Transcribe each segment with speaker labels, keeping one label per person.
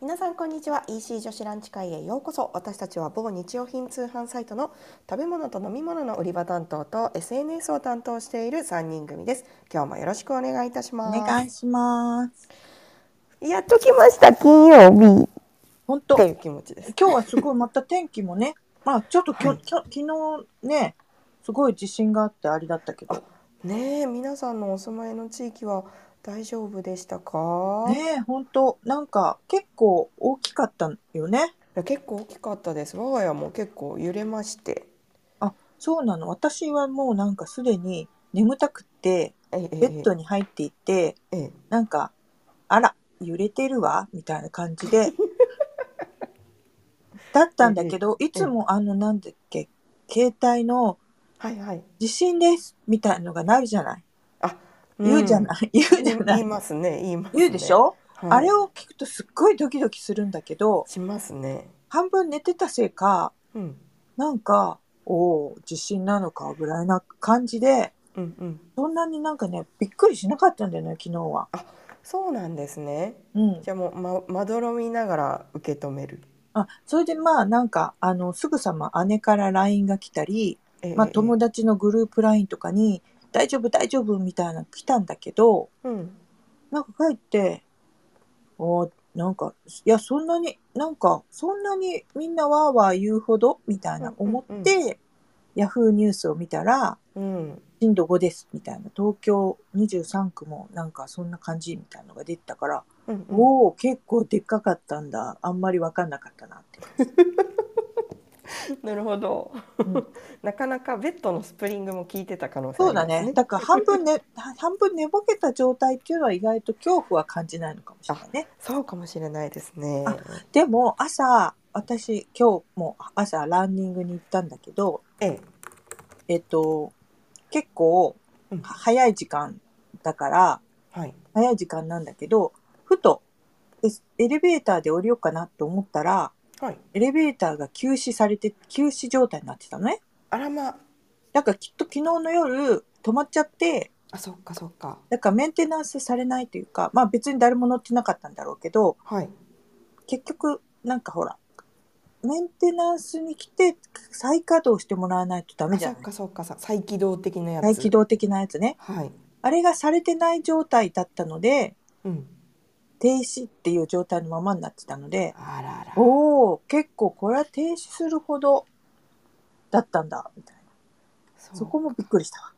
Speaker 1: 皆さんこんにちは EC 女子ランチ会へようこそ私たちは某日用品通販サイトの食べ物と飲み物の売り場担当と SNS を担当している3人組です今日もよろしくお願いいたし
Speaker 2: お
Speaker 1: ます
Speaker 2: 願いします。
Speaker 1: やっと来ました金曜日
Speaker 2: 本当
Speaker 1: っていう気持ちです
Speaker 2: 今日はすごいまた天気 もね、まあちょっときょ、
Speaker 1: はい
Speaker 2: きょ昨日ね、すごい地震があってあれだったけど、
Speaker 1: ねえ皆さんのお住まいの地域は大丈夫でしたか、
Speaker 2: ねえ本当なんか結構大きかったよね。
Speaker 1: いや結構大きかったです我が家も結構揺れまして
Speaker 2: そうなの。私はもうなんかすでに眠たくって
Speaker 1: ええ
Speaker 2: ベッドに入っていて、
Speaker 1: ええ
Speaker 2: なんかあら揺れてるわみたいな感じ でだったんだけど、いつもあのなんだっけ携帯の
Speaker 1: はいはい
Speaker 2: 地震ですみたいなのがなるじゃない。言うじゃ
Speaker 1: い、
Speaker 2: ない、言うじゃ
Speaker 1: うん
Speaker 2: な
Speaker 1: 言い
Speaker 2: い
Speaker 1: ますね言いますね
Speaker 2: 言うでし、ょ、
Speaker 1: はい
Speaker 2: あれを聞くとすっごいドキドキするんだけど
Speaker 1: しますね
Speaker 2: 半分寝てたせいか
Speaker 1: うん
Speaker 2: なんかおお地震なのかぐらいな感じで
Speaker 1: うんうん
Speaker 2: そんなになんかねびっくりしなかったんだよね昨日は。
Speaker 1: そうなんですね
Speaker 2: うん、
Speaker 1: じゃあもうままどろみながら受け止める
Speaker 2: あそれでまあなんかあのすぐさま姉から LINE が来たり、
Speaker 1: ええ
Speaker 2: まあ、
Speaker 1: ええ
Speaker 2: 友達のグループ LINE とかに「大丈夫大丈夫」みたいなの来たんだけど
Speaker 1: うん
Speaker 2: なんか帰って、おーなんか、いや、そんなに、なんか、そんなにみんなわーわー言うほど、みたいな
Speaker 1: うんうん
Speaker 2: 思って、ヤフーニュースを見たら、
Speaker 1: うん
Speaker 2: 震度5です、みたいな。東京23区もなんかそんな感じ、みたいなのが出てたから、
Speaker 1: うんうん
Speaker 2: おお結構でっかかったんだ。あんまりわかんなかったなって。
Speaker 1: なるほど、
Speaker 2: うん
Speaker 1: なかなかベッドのスプリングも効いてた可能性
Speaker 2: そ
Speaker 1: あ
Speaker 2: う
Speaker 1: り
Speaker 2: だ
Speaker 1: ます
Speaker 2: ね。だから半分ね、半分寝ぼけた状態っていうのは意外と恐怖は感じないのかもしれないね。
Speaker 1: そうかもしれないですね
Speaker 2: あでも朝私今日も朝ランニングに行ったんだけど
Speaker 1: ええ
Speaker 2: えっと結構
Speaker 1: うん
Speaker 2: 早い時間だから
Speaker 1: はい
Speaker 2: 早い時間なんだけどふとでエレベーターで降りようかなと思ったら
Speaker 1: はい
Speaker 2: エレベーターが休止されて休止状態になってたのね
Speaker 1: あらま
Speaker 2: だからきっと昨日の夜止まっちゃって
Speaker 1: あそっかそっか
Speaker 2: だからメンテナンスされないというかまあ別に誰も乗ってなかったんだろうけど
Speaker 1: はい
Speaker 2: 結局なんかほらメンテナンスに来て再稼働してもらわないとダメ
Speaker 1: あ
Speaker 2: じ
Speaker 1: そ
Speaker 2: ゃ
Speaker 1: っ
Speaker 2: ない
Speaker 1: かそっかさ再起動的なやつ
Speaker 2: 再起動的なやつね
Speaker 1: はい
Speaker 2: あれがされてない状態だったので
Speaker 1: うん
Speaker 2: 停止っていう状態のままになってたので
Speaker 1: あらあら
Speaker 2: おお結構これは停止するほどだったんだみたいな
Speaker 1: そう
Speaker 2: そこもびっくりしたわ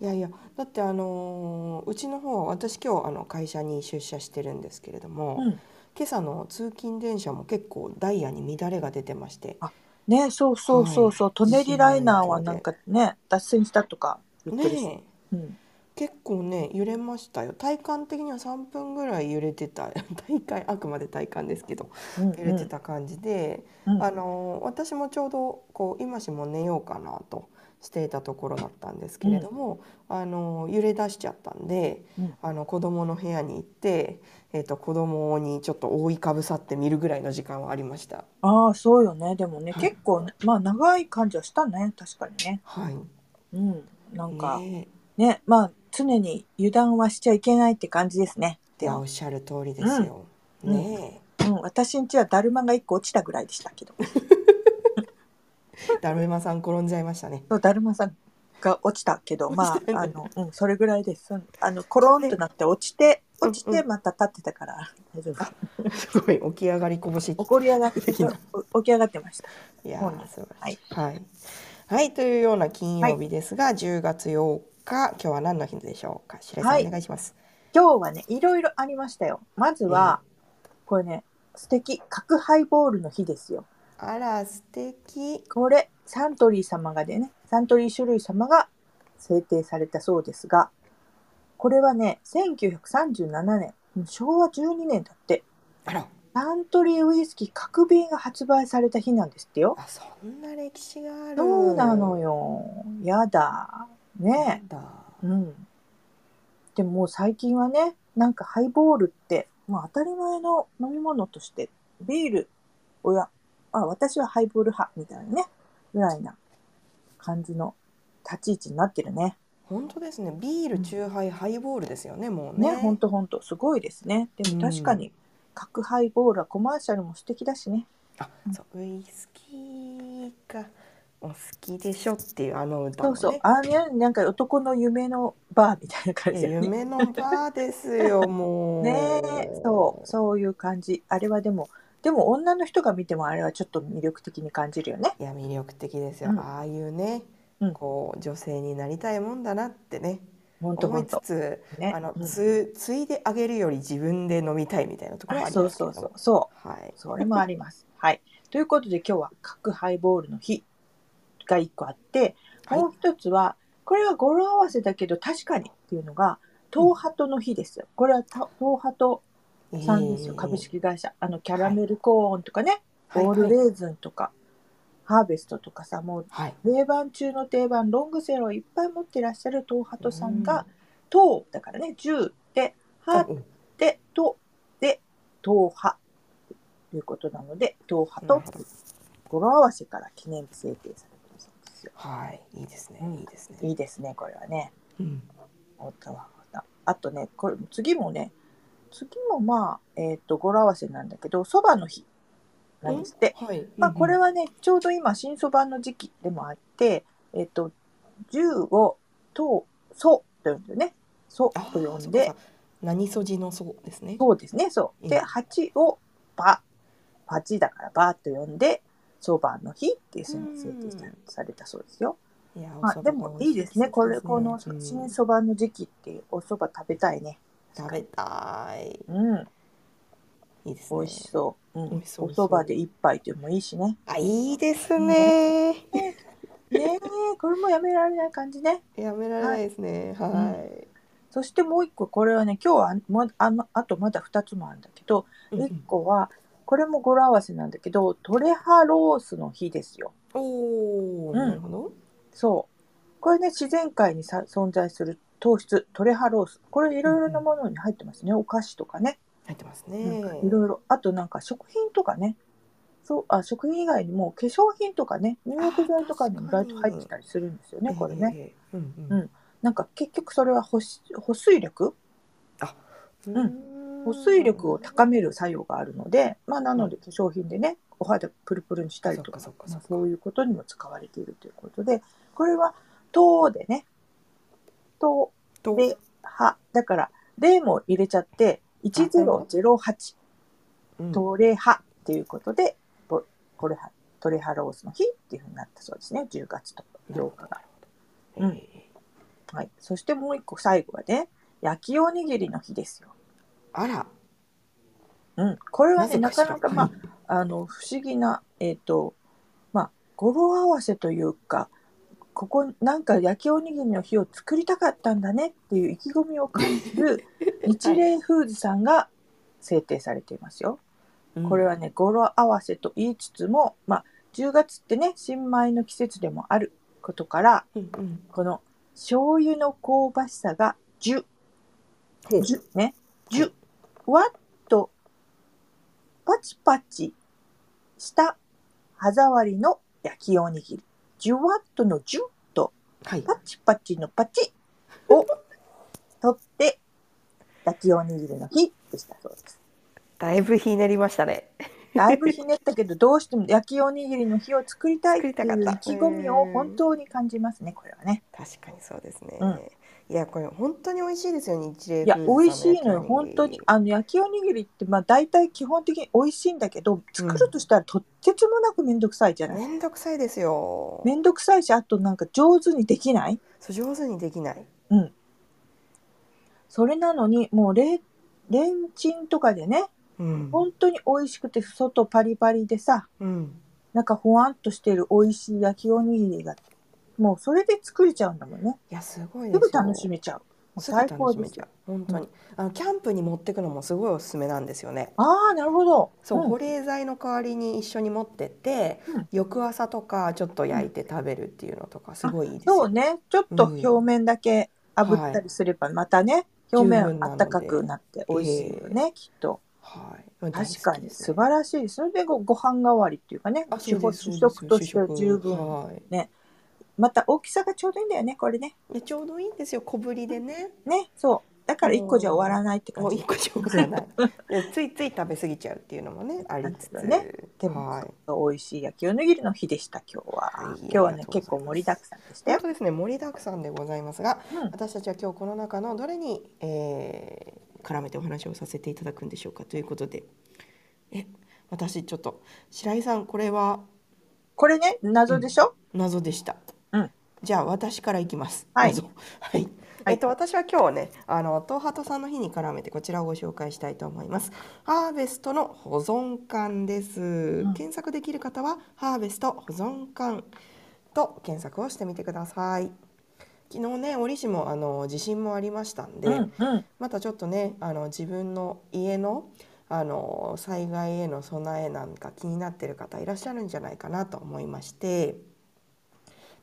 Speaker 1: いやいやだってあのーうちの方私今日あの会社に出社してるんですけれども、
Speaker 2: うん
Speaker 1: 今朝の通勤電車も結構ダイヤに乱れが出てまして
Speaker 2: ねそうそうそうそう、
Speaker 1: はい
Speaker 2: トネリライナーはなんかね脱線したとか言ってるし、
Speaker 1: ねえ
Speaker 2: うん、
Speaker 1: 結構ね揺れましたよ体感的には3分ぐらい揺れてた 体感あくまで体感ですけど
Speaker 2: うん
Speaker 1: 揺れてた感じで、
Speaker 2: うんうん
Speaker 1: あのー私もちょうどこう今しも寝ようかなとしていたところだったんですけれども、あのー揺れ出しちゃったんで、
Speaker 2: うん
Speaker 1: あの子供の部屋に行って、えー、と子供にちょっと覆いかぶさって見るぐらいの時間はありました。
Speaker 2: ああそうよねでもね、
Speaker 1: はい
Speaker 2: 結構ねまあ長い感じはしたね確かにね
Speaker 1: はい、
Speaker 2: うん、なんかね
Speaker 1: ねえ
Speaker 2: まあ常に油断はしちゃいけないって感じですね。
Speaker 1: い
Speaker 2: で
Speaker 1: やお
Speaker 2: も
Speaker 1: っ、しゃる通りですよ。
Speaker 2: うん
Speaker 1: ね
Speaker 2: うん、私んちはだるまが一個落ちたぐらいでしたけど、
Speaker 1: え、だるまさん転んじゃいましたね。
Speaker 2: そうだるまさんが落ちたけど、まああの、うん、それぐらいです。あのコロンとなって落ちて
Speaker 1: うん
Speaker 2: 落ちてまた立ってたから大丈夫。
Speaker 1: すごい起き上がりこぼし。
Speaker 2: 怒り上がって起き上がってました。
Speaker 1: いや
Speaker 2: そうなん
Speaker 1: ー
Speaker 2: です
Speaker 1: 素晴らしい。はい、はい、というような金曜日ですが、10月8日今日は何の日でしょうか。白井さん、
Speaker 2: はい
Speaker 1: お願いします。
Speaker 2: 今日はねいろいろありましたよ。まずは、これね素敵角ハイボールの日ですよ。
Speaker 1: あら素敵。
Speaker 2: これサントリー様がでねサントリー種類様が制定されたそうですがこれはね1937年昭和12年だって
Speaker 1: あら、
Speaker 2: サントリーウイスキー角瓶が発売された日なんですってよ
Speaker 1: あそんな歴史がある。
Speaker 2: そうなの。よやだ
Speaker 1: な
Speaker 2: ね
Speaker 1: んだ。
Speaker 2: うんでももう最近はねなんかハイボールってもう当たり前の飲み物としてビールおやあ私はハイボール派みたいなねぐらいな感じの立ち位置になってるね。
Speaker 1: 本当ですね。ビール、チューハイ、ハイボールですよね。もう
Speaker 2: ね
Speaker 1: ね。
Speaker 2: ほんとほんとすごいですね。でも確かに角ハイボールはコマーシャルも素敵だしね。
Speaker 1: あ
Speaker 2: うん
Speaker 1: そうウイスキーがお好きでしょっていうあの歌
Speaker 2: そ
Speaker 1: も
Speaker 2: う
Speaker 1: ね
Speaker 2: そう。あれなんか男の夢のバーみたいな感じ
Speaker 1: い
Speaker 2: だ
Speaker 1: や
Speaker 2: よね。
Speaker 1: 夢のバーです よもう
Speaker 2: ねえ、そう、そういう感じ。あれはでも、でも女の人が見てもあれはちょっと魅力的に感じるよね。
Speaker 1: いや魅力的ですよ、
Speaker 2: うん
Speaker 1: ああいうね、
Speaker 2: うん
Speaker 1: こう女性になりたいもんだなってね
Speaker 2: 本当
Speaker 1: 思い
Speaker 2: 本
Speaker 1: つ
Speaker 2: 当。
Speaker 1: つ
Speaker 2: ね。
Speaker 1: あの、
Speaker 2: うん
Speaker 1: つついであげるより自分で飲みたいみたいなところはあ
Speaker 2: あ
Speaker 1: り
Speaker 2: そ
Speaker 1: ま
Speaker 2: う
Speaker 1: すけ
Speaker 2: そ
Speaker 1: ど
Speaker 2: うそう。そう。
Speaker 1: はい
Speaker 2: それもあ ります。はい。ということで今日は核ハイボールの日が1個あって、
Speaker 1: はい
Speaker 2: もう一つは、これは語呂合わせだけど確かにっていうのが、東ハトの日ですよ。これはた東ハトさんですよ。
Speaker 1: えー
Speaker 2: 株式会社。あの、キャラメルコーンとかね、
Speaker 1: はい
Speaker 2: オールレーズンとか、ハーベストとかさ、もう
Speaker 1: はい
Speaker 2: 定番中の定番、ロングセローいっぱい持ってらっしゃる東ハトさん
Speaker 1: う
Speaker 2: が、東だからね、10で、ハ
Speaker 1: あ
Speaker 2: ーで、と、で、東派ということなので、東派
Speaker 1: なる
Speaker 2: と
Speaker 1: ほど
Speaker 2: 語呂合わせから記念日制定されているそうですよ。
Speaker 1: はいいいですね、
Speaker 2: うん
Speaker 1: いいですね、
Speaker 2: いいですね、これはね。
Speaker 1: うん
Speaker 2: おっとあとね、これ次もね、次もまあ、えっ、と、語呂合わせなんだけど、そばの日なんですって。
Speaker 1: はい
Speaker 2: まあ、これ
Speaker 1: は、
Speaker 2: はね、ちょうど今、新そばの時期でもあって、えっ、と、十を、と、そと呼んでね、そと
Speaker 1: あー
Speaker 2: 呼ん
Speaker 1: そうか
Speaker 2: で
Speaker 1: そう、か何そじのそうですね
Speaker 2: そうですね、そう。
Speaker 1: う
Speaker 2: で、
Speaker 1: ん
Speaker 2: 八をば、八だからばと呼んで、そばの日っていうのが制定さ
Speaker 1: うん
Speaker 2: されたそうですよ。
Speaker 1: いやお
Speaker 2: ま
Speaker 1: 蕎
Speaker 2: あ、
Speaker 1: 麦
Speaker 2: でも
Speaker 1: 美
Speaker 2: い
Speaker 1: 味
Speaker 2: い
Speaker 1: し
Speaker 2: ですね、これ、この
Speaker 1: うん
Speaker 2: 新そばの時期っておそば食べたいね。
Speaker 1: 食べたい
Speaker 2: うん、
Speaker 1: いいですね
Speaker 2: 美味しそう。う
Speaker 1: 美
Speaker 2: ん
Speaker 1: 味し、そう
Speaker 2: おそばで一杯でもいいしね。
Speaker 1: あいいですね、
Speaker 2: ねえ、これもやめられない感じね。
Speaker 1: やめられないですねはい、
Speaker 2: そしてもう一個、これはね、今日はあもうあのあとまだ二つもあるんだけど、
Speaker 1: うんう
Speaker 2: 一
Speaker 1: ん
Speaker 2: 個は、これも語呂合わせなんだけど、トレハロースの日ですよ。
Speaker 1: おお、
Speaker 2: うん
Speaker 1: なるほど。
Speaker 2: そう。これね、自然界にさ存在する糖質、トレハロース。これいろいろなものに入ってますね。お菓子とかね。
Speaker 1: 入ってます
Speaker 2: なん
Speaker 1: ね
Speaker 2: か。いろいろ。あとなんか食品とかね。そう、あ、食品以外にも化粧品とかね、入浴剤とかにも意外と入ってたりするんですよね、これね。
Speaker 1: ね。うんう
Speaker 2: う
Speaker 1: んん。
Speaker 2: なんか結局それは保湿保水力
Speaker 1: うん
Speaker 2: 保水力を高める作用があるので、まあなので化粧品でね、お肌プルプルにしたりとか、
Speaker 1: そっかそっかそっ
Speaker 2: まあ
Speaker 1: か
Speaker 2: そういうことにも使われているということで、これは糖でね、糖
Speaker 1: と
Speaker 2: で、は、だから、0も入れちゃって、1008、
Speaker 1: うん
Speaker 2: トレハっていうことで、ボトレハ、トレハロースの日っていうふうになったそうですね。10月と8日が。うん
Speaker 1: えー
Speaker 2: はい。そしてもう一個最後はね、焼きおにぎりの日ですよ。
Speaker 1: あら、
Speaker 2: うん。これは
Speaker 1: な
Speaker 2: ね、
Speaker 1: ぜ
Speaker 2: な
Speaker 1: し
Speaker 2: からなかまあ、
Speaker 1: はい
Speaker 2: あの、不思議な、えっ、と、まあ、語呂合わせというか、ここ、なんか焼きおにぎりの日を作りたかったんだねっていう意気込みを感じる一礼フーズさんが制定されていますよ。これはね、語呂合わせと言いつつも、まあ、10月ってね、新米の季節でもあることから、
Speaker 1: うんうん
Speaker 2: この醤油の香ばしさが10、
Speaker 1: ほう
Speaker 2: 10ね、
Speaker 1: は
Speaker 2: 10、わっと、パチパチした歯触りの焼きおにぎり。じゅわっとの10と、
Speaker 1: はい。
Speaker 2: パチパチのパチを取って、焼きおにぎりの日でしたそうです。
Speaker 1: だいぶひねりましたね。
Speaker 2: だいぶひねったけど、どうしても焼きおにぎりの日を作りたいっていう意
Speaker 1: 作りたかった
Speaker 2: 気込みを本当に感じますね、これはね。
Speaker 1: 確かにそうですね
Speaker 2: うん。
Speaker 1: いやこれ本当に美味しいですよね。一例
Speaker 2: いや、美味しいのよ、本当に。あの、焼きおにぎりって、まあ、大体基本的に美味しいんだけど、作るとしたらとってつもなくめんどくさいじゃない。
Speaker 1: めんどくさいですよ。
Speaker 2: めんどくさいし、あとなんか上手にできない。
Speaker 1: そう上手にできない。
Speaker 2: それなのに、もうレン、レンチンとかでね、
Speaker 1: うん。
Speaker 2: 本当に美味しくて、外パリパリでさ、
Speaker 1: うん。
Speaker 2: なんかほわんとしてる美味しい焼きおにぎりが、もうそれで作れちゃうんだもんね。
Speaker 1: いやすごいです
Speaker 2: す
Speaker 1: よ
Speaker 2: ぐ楽しめちゃう。もう
Speaker 1: すぐ楽
Speaker 2: 最
Speaker 1: し
Speaker 2: 高で
Speaker 1: め
Speaker 2: す
Speaker 1: ち
Speaker 2: よ
Speaker 1: ゃう。本当に、あのキャンプに持ってくのもすごいおすすめなんですよね。
Speaker 2: ああ、なるほど。
Speaker 1: そう、
Speaker 2: ん
Speaker 1: 保冷剤の代わりに一緒に持ってって、
Speaker 2: うん
Speaker 1: 翌朝とかちょっと焼いて食べるっていうのとかすごいいいです
Speaker 2: そう
Speaker 1: よ。
Speaker 2: ね。ちょっと表面だけ炙ったりすれば、またね、表面あったかくなって美味しいよね、きっと。
Speaker 1: はい。
Speaker 2: 確かに、素
Speaker 1: ら
Speaker 2: 晴らしい。それでごご飯代わりっていうかね、主主食としては十分。
Speaker 1: はい
Speaker 2: また大きさがちょうどいいんだよね、これね。
Speaker 1: でちょうどいいんですよ。小ぶりでね。
Speaker 2: ね、そう。だから1個じゃ終わらないって感
Speaker 1: もう
Speaker 2: じ
Speaker 1: 一個しかない でついつい食べ過ぎちゃうっていうのもねありつ
Speaker 2: あ
Speaker 1: つ
Speaker 2: りますよでも、
Speaker 1: はい
Speaker 2: 美味しい焼きおにぎりの日でした今日は、
Speaker 1: はいあ
Speaker 2: 今日は
Speaker 1: りが
Speaker 2: ね
Speaker 1: とうございます
Speaker 2: 結構盛りだくさんでした
Speaker 1: 本
Speaker 2: よ、
Speaker 1: 当ですね盛りだくさんでございますが
Speaker 2: うん
Speaker 1: 私たちは今日この中のどれに、えー絡めてお話をさせていただくんでしょうかということでえ私ちょっと白井さんこれは
Speaker 2: これね謎でしょ、
Speaker 1: 謎でした、
Speaker 2: うん
Speaker 1: じゃあ私からいきます、
Speaker 2: はい
Speaker 1: 謎はい
Speaker 2: はい
Speaker 1: えっと、私は今日ねあの東ハトさんの日に絡めてこちらをご紹介したいと思いますハーベストの保存缶です、
Speaker 2: ん
Speaker 1: 検索できる方はハーベスト保存缶と検索をしてみてください昨日ね折しもあの地震もありましたんで、
Speaker 2: うんうん
Speaker 1: またちょっとねあの自分の家のあの災害への備えなんか気になってる方いらっしゃるんじゃないかなと思いまして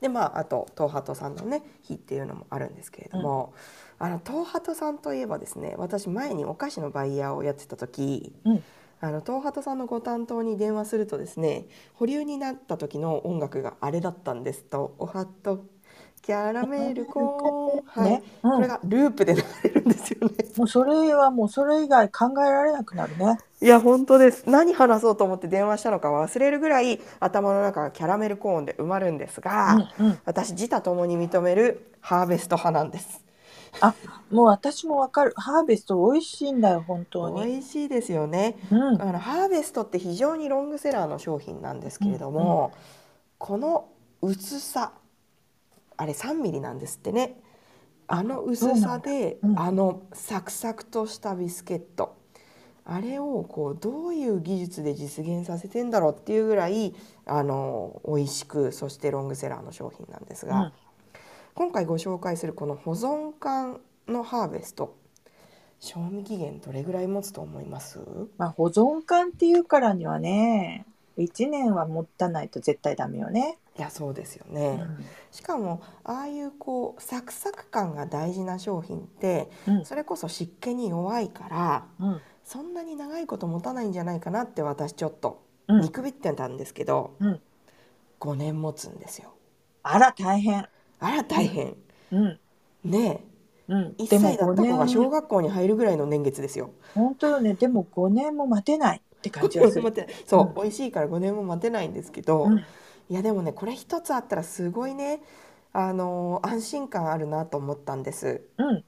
Speaker 1: でまああと東ハトさんのね日っていうのもあるんですけれども、あの東ハトさんといえばですね私前にお菓子のバイヤーをやってた時、
Speaker 2: うん
Speaker 1: あの東ハトさんのご担当に電話するとですね保留になった時の音楽があれだったんですと「おはとキャラメルコーン」はい、
Speaker 2: ね、うん、
Speaker 1: これがループで流れるんですよね。
Speaker 2: もうそれはもうそれ以外考えられなくなるね。
Speaker 1: いや本当です何話そうと思って電話したのか忘れるぐらい頭の中がキャラメルコーンで埋まるんですが、
Speaker 2: うんうん、
Speaker 1: 私自他ともに認めるハーベスト派なんです
Speaker 2: もう私もわかる。ハーベスト美味しいんだよ本当に。
Speaker 1: 美味しいですよね
Speaker 2: うん、
Speaker 1: あのハーベストって非常にロングセラーの商品なんですけれども、この薄さあれ3ミリなんですってねあの薄さで、
Speaker 2: そうなんだ
Speaker 1: あのサクサクとしたビスケットあれをこうどういう技術で実現させてんだろうっていうぐらいあの美味しくそしてロングセラーの商品なんですが、
Speaker 2: うん
Speaker 1: 今回ご紹介するこの保存缶のハーベスト賞味期限どれぐらい持つと思います
Speaker 2: まあ保存缶っていうからにはね、一年は持たないと絶対ダメよね。
Speaker 1: いやそうですよ
Speaker 2: う
Speaker 1: ね、
Speaker 2: ん
Speaker 1: しかもああいうこうサクサク感が大事な商品って
Speaker 2: うん
Speaker 1: それこそ湿気に弱いから
Speaker 2: うん
Speaker 1: そんなに長いこと持たないんじゃないかなって私ちょっと
Speaker 2: うん
Speaker 1: 見くびってたんですけど、
Speaker 2: うん
Speaker 1: 5年持つんですよ
Speaker 2: あら大変。
Speaker 1: あら大変
Speaker 2: うん
Speaker 1: ね
Speaker 2: うん。
Speaker 1: え1
Speaker 2: でも
Speaker 1: 歳だった子が小
Speaker 2: 5年
Speaker 1: 学校に入るぐらいの年月ですよ
Speaker 2: 本当よね。でも五年も待てないって感じが す
Speaker 1: 5
Speaker 2: る。
Speaker 1: 年 そうう美味しいから5年も待てないんですけど、
Speaker 2: うん
Speaker 1: いやでもねこれ一つあったらすごいねあの安心感あるなと思ったんです。
Speaker 2: うん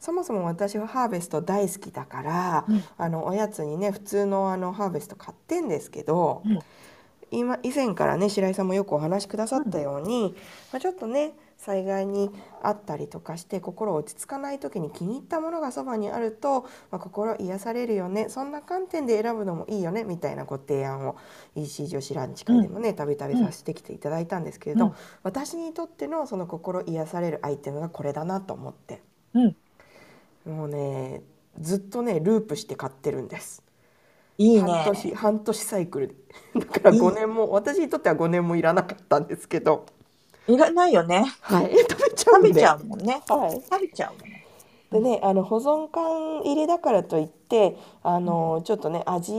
Speaker 1: そもそも私はハーベスト大好きだから、
Speaker 2: うん
Speaker 1: あのおやつにね普通のあのハーベスト買ってんですけど、
Speaker 2: うん
Speaker 1: 今以前からね白井さんもよくお話しくださったように、まあ、ちょっとね災害にあったりとかして心落ち着かない時に気に入ったものがそばにあると、まあ、心癒されるよねそんな観点で選ぶのもいいよねみたいなご提案を EC 女子ランチ会でもねたびたびさせてきていただいたんですけれど、
Speaker 2: うん
Speaker 1: 私にとってのその心癒されるアイテムがこれだなと思って。
Speaker 2: うん
Speaker 1: もうねずっとねループして買ってるんです
Speaker 2: いい
Speaker 1: 半
Speaker 2: ね。
Speaker 1: 年半年サイクルでだから
Speaker 2: いい
Speaker 1: 5年も私にとっては5年もいらなかったんですけど
Speaker 2: いらないよね。
Speaker 1: はい 食べちゃう
Speaker 2: 食
Speaker 1: んで
Speaker 2: べちゃうもんね。
Speaker 1: はい
Speaker 2: 食べちゃうもんね。
Speaker 1: でねあの保存缶入れだからといってあのちょっとね味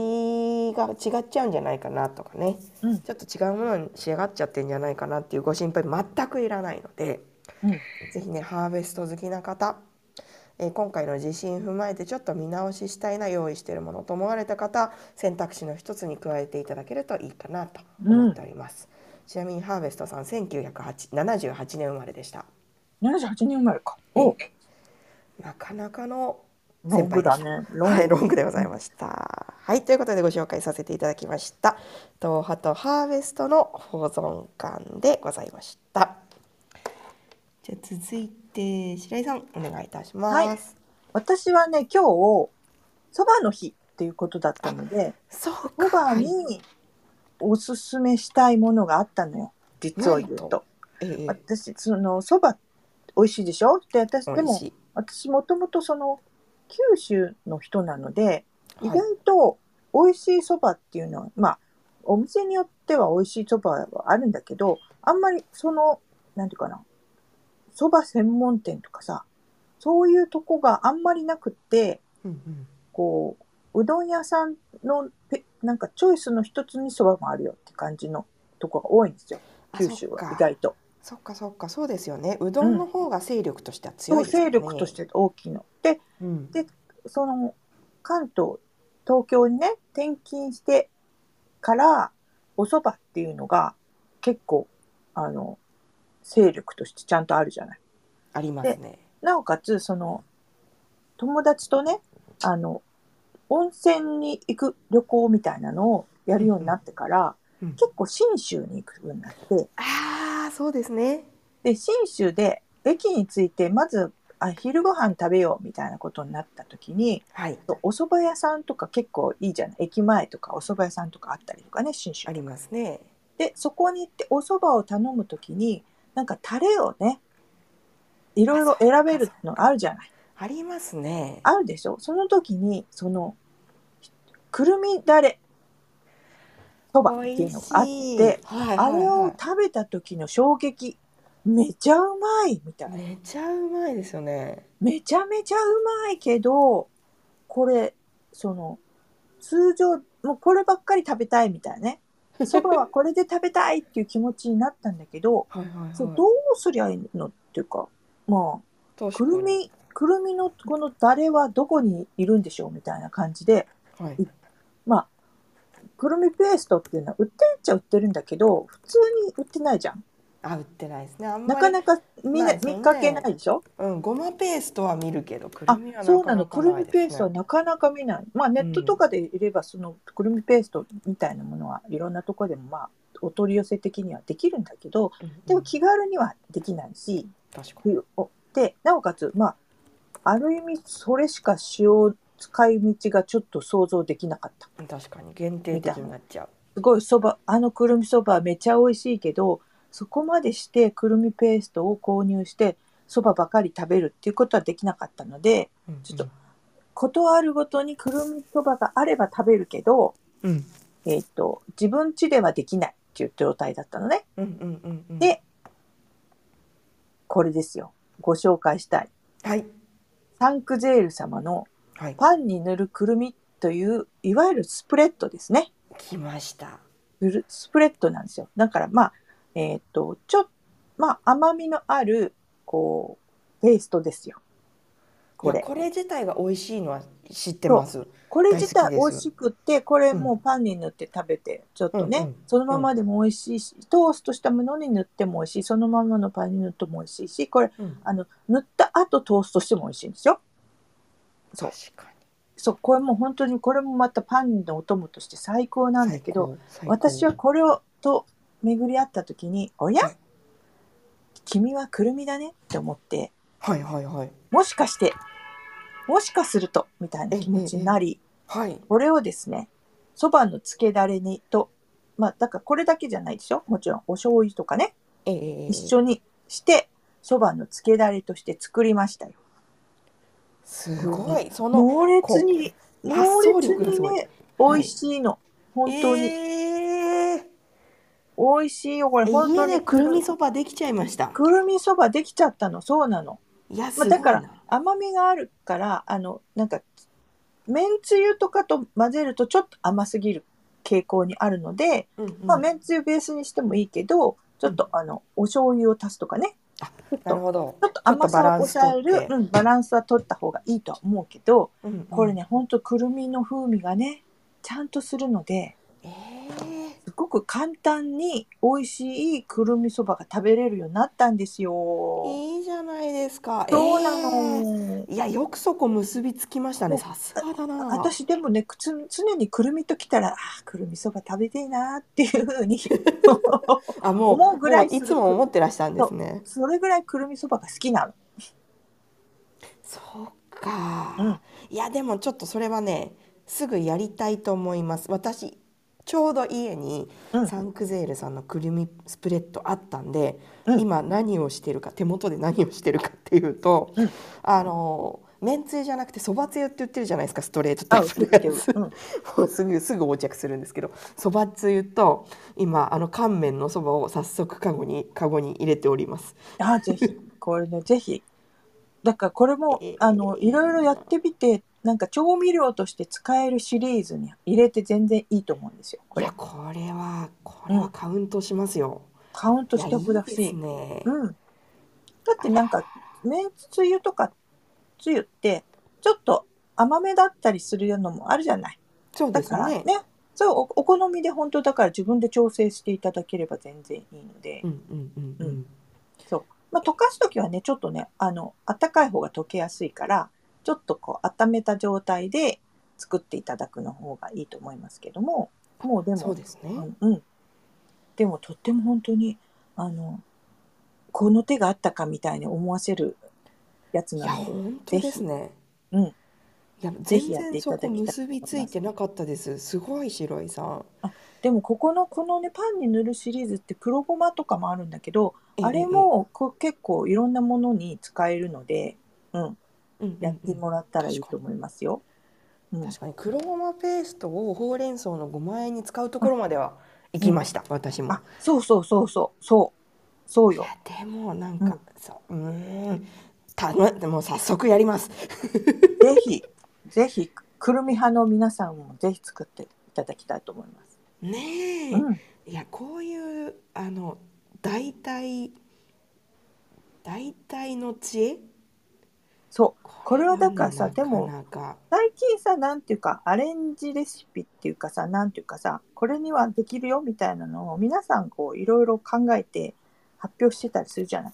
Speaker 1: が違っちゃうんじゃないかなとかね
Speaker 2: うん
Speaker 1: ちょっと違うものに仕上がっちゃってんじゃないかなっていうご心配全くいらないので
Speaker 2: うん
Speaker 1: ぜひねハーベスト好きな方、えー今回の地震踏まえてちょっと見直ししたいな用意しているものと思われた方選択肢の一つに加えていただけるといいかなと思っております、ちなみにハーベストさん1978年生まれでした
Speaker 2: 78年生まれか。お、
Speaker 1: なかなかの
Speaker 2: ロングだね。ロング
Speaker 1: はい、ロングでございました。はい、ということでご紹介させていただきました。東ハとハーベストの保存館でございました。じゃあ続いて白井さんお願いいたします。
Speaker 2: 私はね今日そばの日っていうことだったので
Speaker 1: そう
Speaker 2: そば
Speaker 1: はい
Speaker 2: におすすめしたいものがあったのよ実を言う
Speaker 1: なん
Speaker 2: と
Speaker 1: と。ええ
Speaker 2: 私そのそば美味しいでしょで私で
Speaker 1: 美味
Speaker 2: も
Speaker 1: しい
Speaker 2: 私もともとその九州の人なので意
Speaker 1: はい
Speaker 2: 外と美味しいそばっていうのは、まあお店によっては美味しいそばはあるんだけどあんまりそのなんていうかなそば専門店とかさそういうとこがあんまりなくって
Speaker 1: うんうん
Speaker 2: こううどん屋さんのペなんかチョイスの一つにそばもあるよって感じのとこが多いんですよ
Speaker 1: あ
Speaker 2: 九州は
Speaker 1: そ
Speaker 2: 意
Speaker 1: っか
Speaker 2: 外と。
Speaker 1: そっかそっかそうですよね。うどんの方が勢力としては強い
Speaker 2: そう
Speaker 1: ですよね。
Speaker 2: 勢力として大きいの。て
Speaker 1: うん
Speaker 2: でその関東東京にね転勤してからお蕎麦っていうのが結構あの勢力としてちゃんとあるじゃない。
Speaker 1: ありますね。
Speaker 2: なおかつその友達とねあの温泉に行く旅行みたいなのをやるようになってから、
Speaker 1: うん
Speaker 2: 結構信州に行くようになって
Speaker 1: ああそうですね。
Speaker 2: で信州で駅に着いてまずあ昼ご飯食べようみたいなことになった時に
Speaker 1: はい
Speaker 2: お蕎麦屋さんとか結構いいじゃない駅前とかお蕎麦屋さんとかあったりとかね信州
Speaker 1: ありますね。
Speaker 2: でそこに行ってお蕎麦を頼む時になんかタレをねいろいろ選べるのあるじゃない。
Speaker 1: ありますね。
Speaker 2: あるでしょその時にそのくるみだれそばっていうのがあっ
Speaker 1: 美味しい
Speaker 2: て、
Speaker 1: はい
Speaker 2: あ
Speaker 1: はいはい
Speaker 2: れを食べた時の衝撃めちゃうまいみたいな、
Speaker 1: めちゃうまいですよね。
Speaker 2: めちゃめちゃうまいけどこれその通常もうこればっかり食べたいみたいなねそばはこれで食べたいっていう気持ちになったんだ けど、
Speaker 1: はいはいはい。
Speaker 2: そうどうすりゃいいのっていうかまあ
Speaker 1: 確か
Speaker 2: く
Speaker 1: に
Speaker 2: るみくるみのこのだれはどこにいるんでしょうみたいな感じで
Speaker 1: はい。
Speaker 2: くるみペーストっていうのは売ってるっちゃ売ってるんだけど普通に売ってないじゃん
Speaker 1: あ売ってないですね。あんまり
Speaker 2: なかなかみん
Speaker 1: な
Speaker 2: ない
Speaker 1: ですよね
Speaker 2: 見かけないでしょ、
Speaker 1: うんごまペーストは見るけどくる
Speaker 2: あ
Speaker 1: みは
Speaker 2: そう
Speaker 1: か
Speaker 2: なの
Speaker 1: かい
Speaker 2: く
Speaker 1: で
Speaker 2: る
Speaker 1: すね
Speaker 2: みペーストはなかなか見ないまあネットとかでいればそのくるみペーストみたいなものはいろんなところでもまあお取り寄せ的にはできるんだけど
Speaker 1: うんうん
Speaker 2: でも気軽にはできないし、
Speaker 1: 確かに
Speaker 2: 冬をでなおかつまあある意味それしか使用使い道がちょっと想像できなかった。
Speaker 1: 確かに限定的になっちゃう。
Speaker 2: すごいそばあのくるみそばめちゃ美味しいけどそこまでしてくるみペーストを購入してそばばかり食べるっていうことはできなかったので
Speaker 1: うんうん
Speaker 2: ちょっと。ことあるごとにくるみそばがあれば食べるけど、
Speaker 1: うん
Speaker 2: えっと自分家ではできないっていう状態だったのね
Speaker 1: うんうんうんうん。
Speaker 2: でこれですよご紹介したい
Speaker 1: はい
Speaker 2: サンクゼール様の
Speaker 1: はい
Speaker 2: パンに塗るくるみといういわゆるスプレッドですね
Speaker 1: 来ました。
Speaker 2: ブルスプレッドなんですよ。だからまあ、えーっと、ちょっと、まあ、甘みのある、こう、ペーストですよ。こ
Speaker 1: い
Speaker 2: れ
Speaker 1: や。これ自体が美味しいのは知ってます。
Speaker 2: これ自
Speaker 1: 大
Speaker 2: 体
Speaker 1: 好きです
Speaker 2: 美味しくって、これもうパンに塗って食べて、ちょっとね、
Speaker 1: うんうん
Speaker 2: そのままでも美味しいし、トーストしたものに塗っても美味しい、そのままのパンに塗っても美味しいし、これ、
Speaker 1: うん
Speaker 2: あの、塗った後トーストしても美味しいんですよ。そう
Speaker 1: 確か
Speaker 2: そう、これも本当に、これもまたパンのお供として最高な
Speaker 1: に。
Speaker 2: んだけど、
Speaker 1: 最高
Speaker 2: 私はこれをと巡り合った時に「おや
Speaker 1: はい
Speaker 2: 君はくるみだね」って思って
Speaker 1: はいはいはい
Speaker 2: もしかしてもしかするとみたいな気持ちになり
Speaker 1: はい
Speaker 2: これをですねそばのつけだれにとまあだからこれだけじゃないでしょもちろんお醤油とかね
Speaker 1: ええ
Speaker 2: 一緒にしてそばのつけだれとして作りましたよ。
Speaker 1: すごいその
Speaker 2: 猛烈に
Speaker 1: こう
Speaker 2: 猛烈
Speaker 1: 発想力がす
Speaker 2: に
Speaker 1: ごい
Speaker 2: ね美
Speaker 1: はい
Speaker 2: 味しいの本当に
Speaker 1: ええ
Speaker 2: 美味しいよこれ本当
Speaker 1: 家
Speaker 2: に
Speaker 1: でくるみそばできちゃいました。
Speaker 2: くるみそばできちゃったのそうなの。
Speaker 1: いやす
Speaker 2: ま
Speaker 1: ご
Speaker 2: あ、
Speaker 1: いな。
Speaker 2: だから甘みがあるからあのなんかめんつゆとかと混ぜるとちょっと甘すぎる傾向にあるので、
Speaker 1: うんうん
Speaker 2: まあ、めんつゆベースにしてもいいけどちょっとあのお醤油を足すとかね
Speaker 1: あ
Speaker 2: ちょっ
Speaker 1: なる
Speaker 2: と
Speaker 1: ほど
Speaker 2: ちょっと甘さを抑え
Speaker 1: ちょっとバランス取
Speaker 2: る
Speaker 1: っ、て
Speaker 2: うん、バランスは取った方がいいとは思うけど
Speaker 1: うんうん
Speaker 2: これね、ほんとくるみの風味がねちゃんとするので
Speaker 1: え
Speaker 2: すごく簡単に美味しいくるみそばが食べれるようになったんで
Speaker 1: え
Speaker 2: すよ。
Speaker 1: いいじゃないですか。
Speaker 2: そうな
Speaker 1: ええ
Speaker 2: の。
Speaker 1: いやよくそこ結びつきましたね。さすがだな。
Speaker 2: 私でもねくつ常にくるみときたらあーくるみそば食べていなっていうふ うに
Speaker 1: あもう
Speaker 2: 思うぐらい
Speaker 1: もういつも思ってらしたんですね。
Speaker 2: それぐらいくるみそばが好きなの。
Speaker 1: そうか、
Speaker 2: うん
Speaker 1: いやでもちょっとそれはねすぐやりたいと思います私ちょうど家に
Speaker 2: うん
Speaker 1: サンクゼールさんのくるみスプレッドあったんで、
Speaker 2: うん
Speaker 1: 今何をしてるか手元で何をしてるかっていうと、
Speaker 2: うん
Speaker 1: あのめんつゆじゃなくてそばつゆって言ってるじゃないですかストレート
Speaker 2: あ
Speaker 1: タイ
Speaker 2: う
Speaker 1: プ
Speaker 2: ん
Speaker 1: のやつも うすぐすぐ横着するんですけどそばつゆと今あの乾麺のそばを早速カゴにカゴに入れております。
Speaker 2: あーぜひこれねぜひだからこれも
Speaker 1: えー
Speaker 2: あのいろいろやってみてなんか調味料として使えるシリーズに入れて全然いいと思うんですよ。こ
Speaker 1: い
Speaker 2: れ
Speaker 1: やこれはこれはカウントしますよ。
Speaker 2: カウントしておくだし
Speaker 1: いやいいですね。
Speaker 2: うん、だってなんかめんつゆとかつゆってちょっと甘めだったりするのもあるじゃない。
Speaker 1: そう
Speaker 2: だ
Speaker 1: です
Speaker 2: からね
Speaker 1: ね。
Speaker 2: そうおお好みで本当だから自分で調整していただければ全然いいので、
Speaker 1: うんうんうんうん。
Speaker 2: うんまあ、溶かす時はねちょっとねあの温かい方が溶けやすいからちょっとこう温めた状態で作っていただくの方がいいと思いますけどももうでも
Speaker 1: そうですね。
Speaker 2: うんうん、でもとっても本当にあのこの手があったかみたいに思わせるやつ
Speaker 1: い
Speaker 2: な
Speaker 1: や
Speaker 2: ので
Speaker 1: 本当ですね。
Speaker 2: うん
Speaker 1: いや
Speaker 2: ぜ
Speaker 1: 全
Speaker 2: ひやって
Speaker 1: 然
Speaker 2: いた
Speaker 1: そ
Speaker 2: だきた
Speaker 1: こ
Speaker 2: いと思います
Speaker 1: 結びついてなかったです。すごい白井さん。
Speaker 2: でもここのこのねパンに塗るシリーズって黒ごまとかもあるんだけど
Speaker 1: ええ
Speaker 2: あれもこう結構いろんなものに使えるので、うん、
Speaker 1: うんうんうん
Speaker 2: やってもらったらいいと思いますよ。うん
Speaker 1: 確かに黒ごまペーストをほうれん草のごま和えに使うところまでは行きました、私も
Speaker 2: あ。そうそうそうそうそうそうよ。
Speaker 1: でもなんか、そううーんたのもう早速やります。
Speaker 2: ぜひぜひくるみ派の皆さんもぜひ作っていただきたいと思います。
Speaker 1: ねえ、
Speaker 2: うん、
Speaker 1: いやこういうあの大体大体の知恵
Speaker 2: そうこれはだからさ
Speaker 1: これは
Speaker 2: でも
Speaker 1: なかなか
Speaker 2: 最近さなんていうかアレンジレシピっていうかさなんていうかさこれにはできるよみたいなのを皆さんこういろいろ考えて発表してたりするじゃない。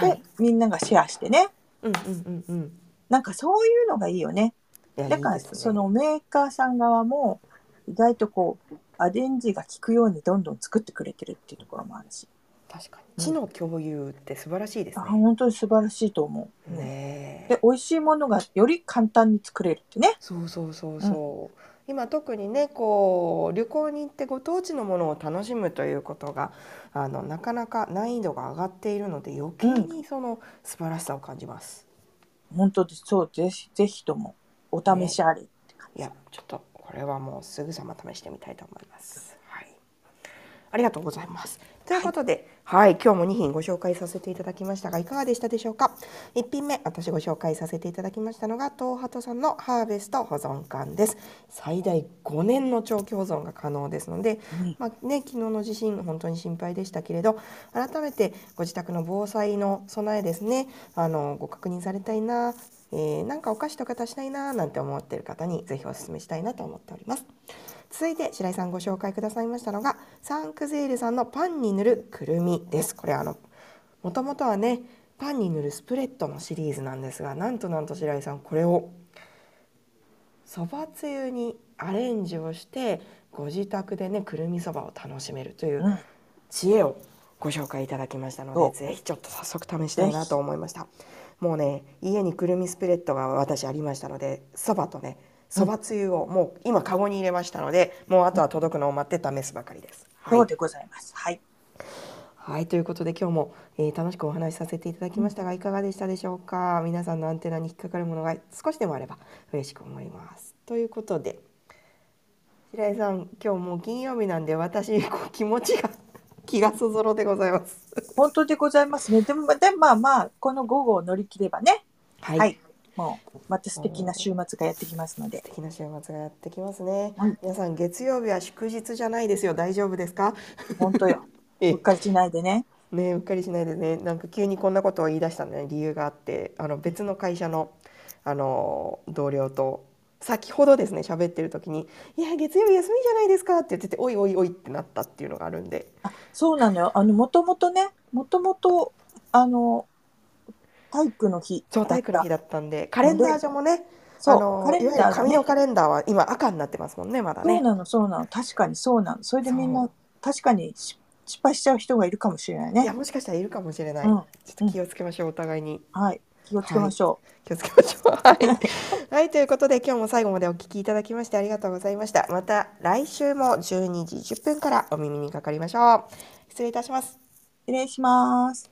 Speaker 2: で、
Speaker 1: はい、
Speaker 2: みんながシェアしてね
Speaker 1: うんうんうんうん。
Speaker 2: なんかそういうのがいいよね
Speaker 1: いや
Speaker 2: だから
Speaker 1: いいですね
Speaker 2: そのメーカーさん側も意外とこうアレンジが効くようにどんどん作ってくれてるっていうところもあるし、
Speaker 1: 確かに知の共有って素晴らしいです
Speaker 2: あ
Speaker 1: ね。
Speaker 2: 本当に素晴らしいと思う、
Speaker 1: ねえ
Speaker 2: で美味しいものがより簡単に作れるってね
Speaker 1: そうそうそうそう。今特にねこう旅行に行ってご当地のものを楽しむということがあのなかなか難易度が上がっているので余計にその素晴らしさを感じます。
Speaker 2: 本当ですそうぜひぜひともお試しあれ、
Speaker 1: いやちょっとこれはもうすぐさま試してみたいと思います。はい。ありがとうございます。ということで、はい、今日も2品ご紹介させていただきましたが、いかがでしたでしょうか。1品目、私ご紹介させていただきましたのが、東ハトさんのハーベスト保存缶です。最大5年の長期保存が可能ですので、
Speaker 2: うん
Speaker 1: まあね、昨日の地震本当に心配でしたけれど改めてご自宅の防災の備えですねあのご確認されたいな、えーなんかお菓子とか足したいななんて思っている方にぜひお勧めしたいなと思っております続いて白井さんご紹介くださいましたのがサンクゼールさんのパンに塗るくるみですこれあのもともとはねパンに塗るスプレッドのシリーズなんですがなんとなんと白井さんこれをそばつゆにアレンジをしてご自宅でねくるみそばを楽しめるという
Speaker 2: うん
Speaker 1: 知恵をご紹介いただきましたの
Speaker 2: そ
Speaker 1: で
Speaker 2: う
Speaker 1: ぜひちょっと早速試したいなと思いましたもうね家にくるみスプレッドが私ありましたのでそばとねそばつゆをもう今カゴに入れましたのでもうあとは届くのを待って試すばかりです、はい
Speaker 2: そうでございますはい
Speaker 1: はいということで今日も、えー楽しくお話しさせていただきましたがいかがでしたでしょうか皆さんのアンテナに引っかかるものが少しでもあれば嬉しく思いますということで白井さん今日もう金曜日なんで私こう気持ちが 気がそぞろでございます
Speaker 2: 本当でございますねでもでまあまあこの午後を乗り切ればね
Speaker 1: は、
Speaker 2: はいい、もうまた素敵な週末がやってきますので
Speaker 1: 素敵な週末がやってきますね、
Speaker 2: はい
Speaker 1: 皆さん月曜日は祝日じゃないですよ大丈夫ですか
Speaker 2: 本当よ
Speaker 1: ええ
Speaker 2: うっかりしないでね
Speaker 1: ねえうっかりしないでねなんか急にこんなことを言い出したのに理由があってあの別の会社のあの同僚と先ほどですね喋ってる時に「いや月曜日休みじゃないですか」って言ってて「おいおいおい」ってなったっていうのがあるんで
Speaker 2: あそうなのよ。あの、もともとね、もともと、あの、体育の日
Speaker 1: そう体育の日だったんでカレンダー上もね
Speaker 2: そう
Speaker 1: あの
Speaker 2: カレン
Speaker 1: い
Speaker 2: ダ
Speaker 1: わ
Speaker 2: ー
Speaker 1: ゆる
Speaker 2: がね
Speaker 1: 紙のカレンダーは今赤になってますもんねまだ
Speaker 2: そう
Speaker 1: ね。
Speaker 2: なの、そうなの。確かにそうなの。それでみん
Speaker 1: そ
Speaker 2: な
Speaker 1: う、
Speaker 2: 確かにし失敗しちゃう人がいるかもしれない
Speaker 1: いや
Speaker 2: ね。
Speaker 1: もしかしたらいるかもしれない、
Speaker 2: う
Speaker 1: ち
Speaker 2: ん。
Speaker 1: ょっと気をつけましょうお互いに。
Speaker 2: はい。気をつけましょ
Speaker 1: 気をつけましょう。 はい、はい、ということで今日も最後までお聞きいただきましてありがとうございました。また来週も12時10分からお耳にかかりましょう。失礼いたします。
Speaker 2: う。失礼します。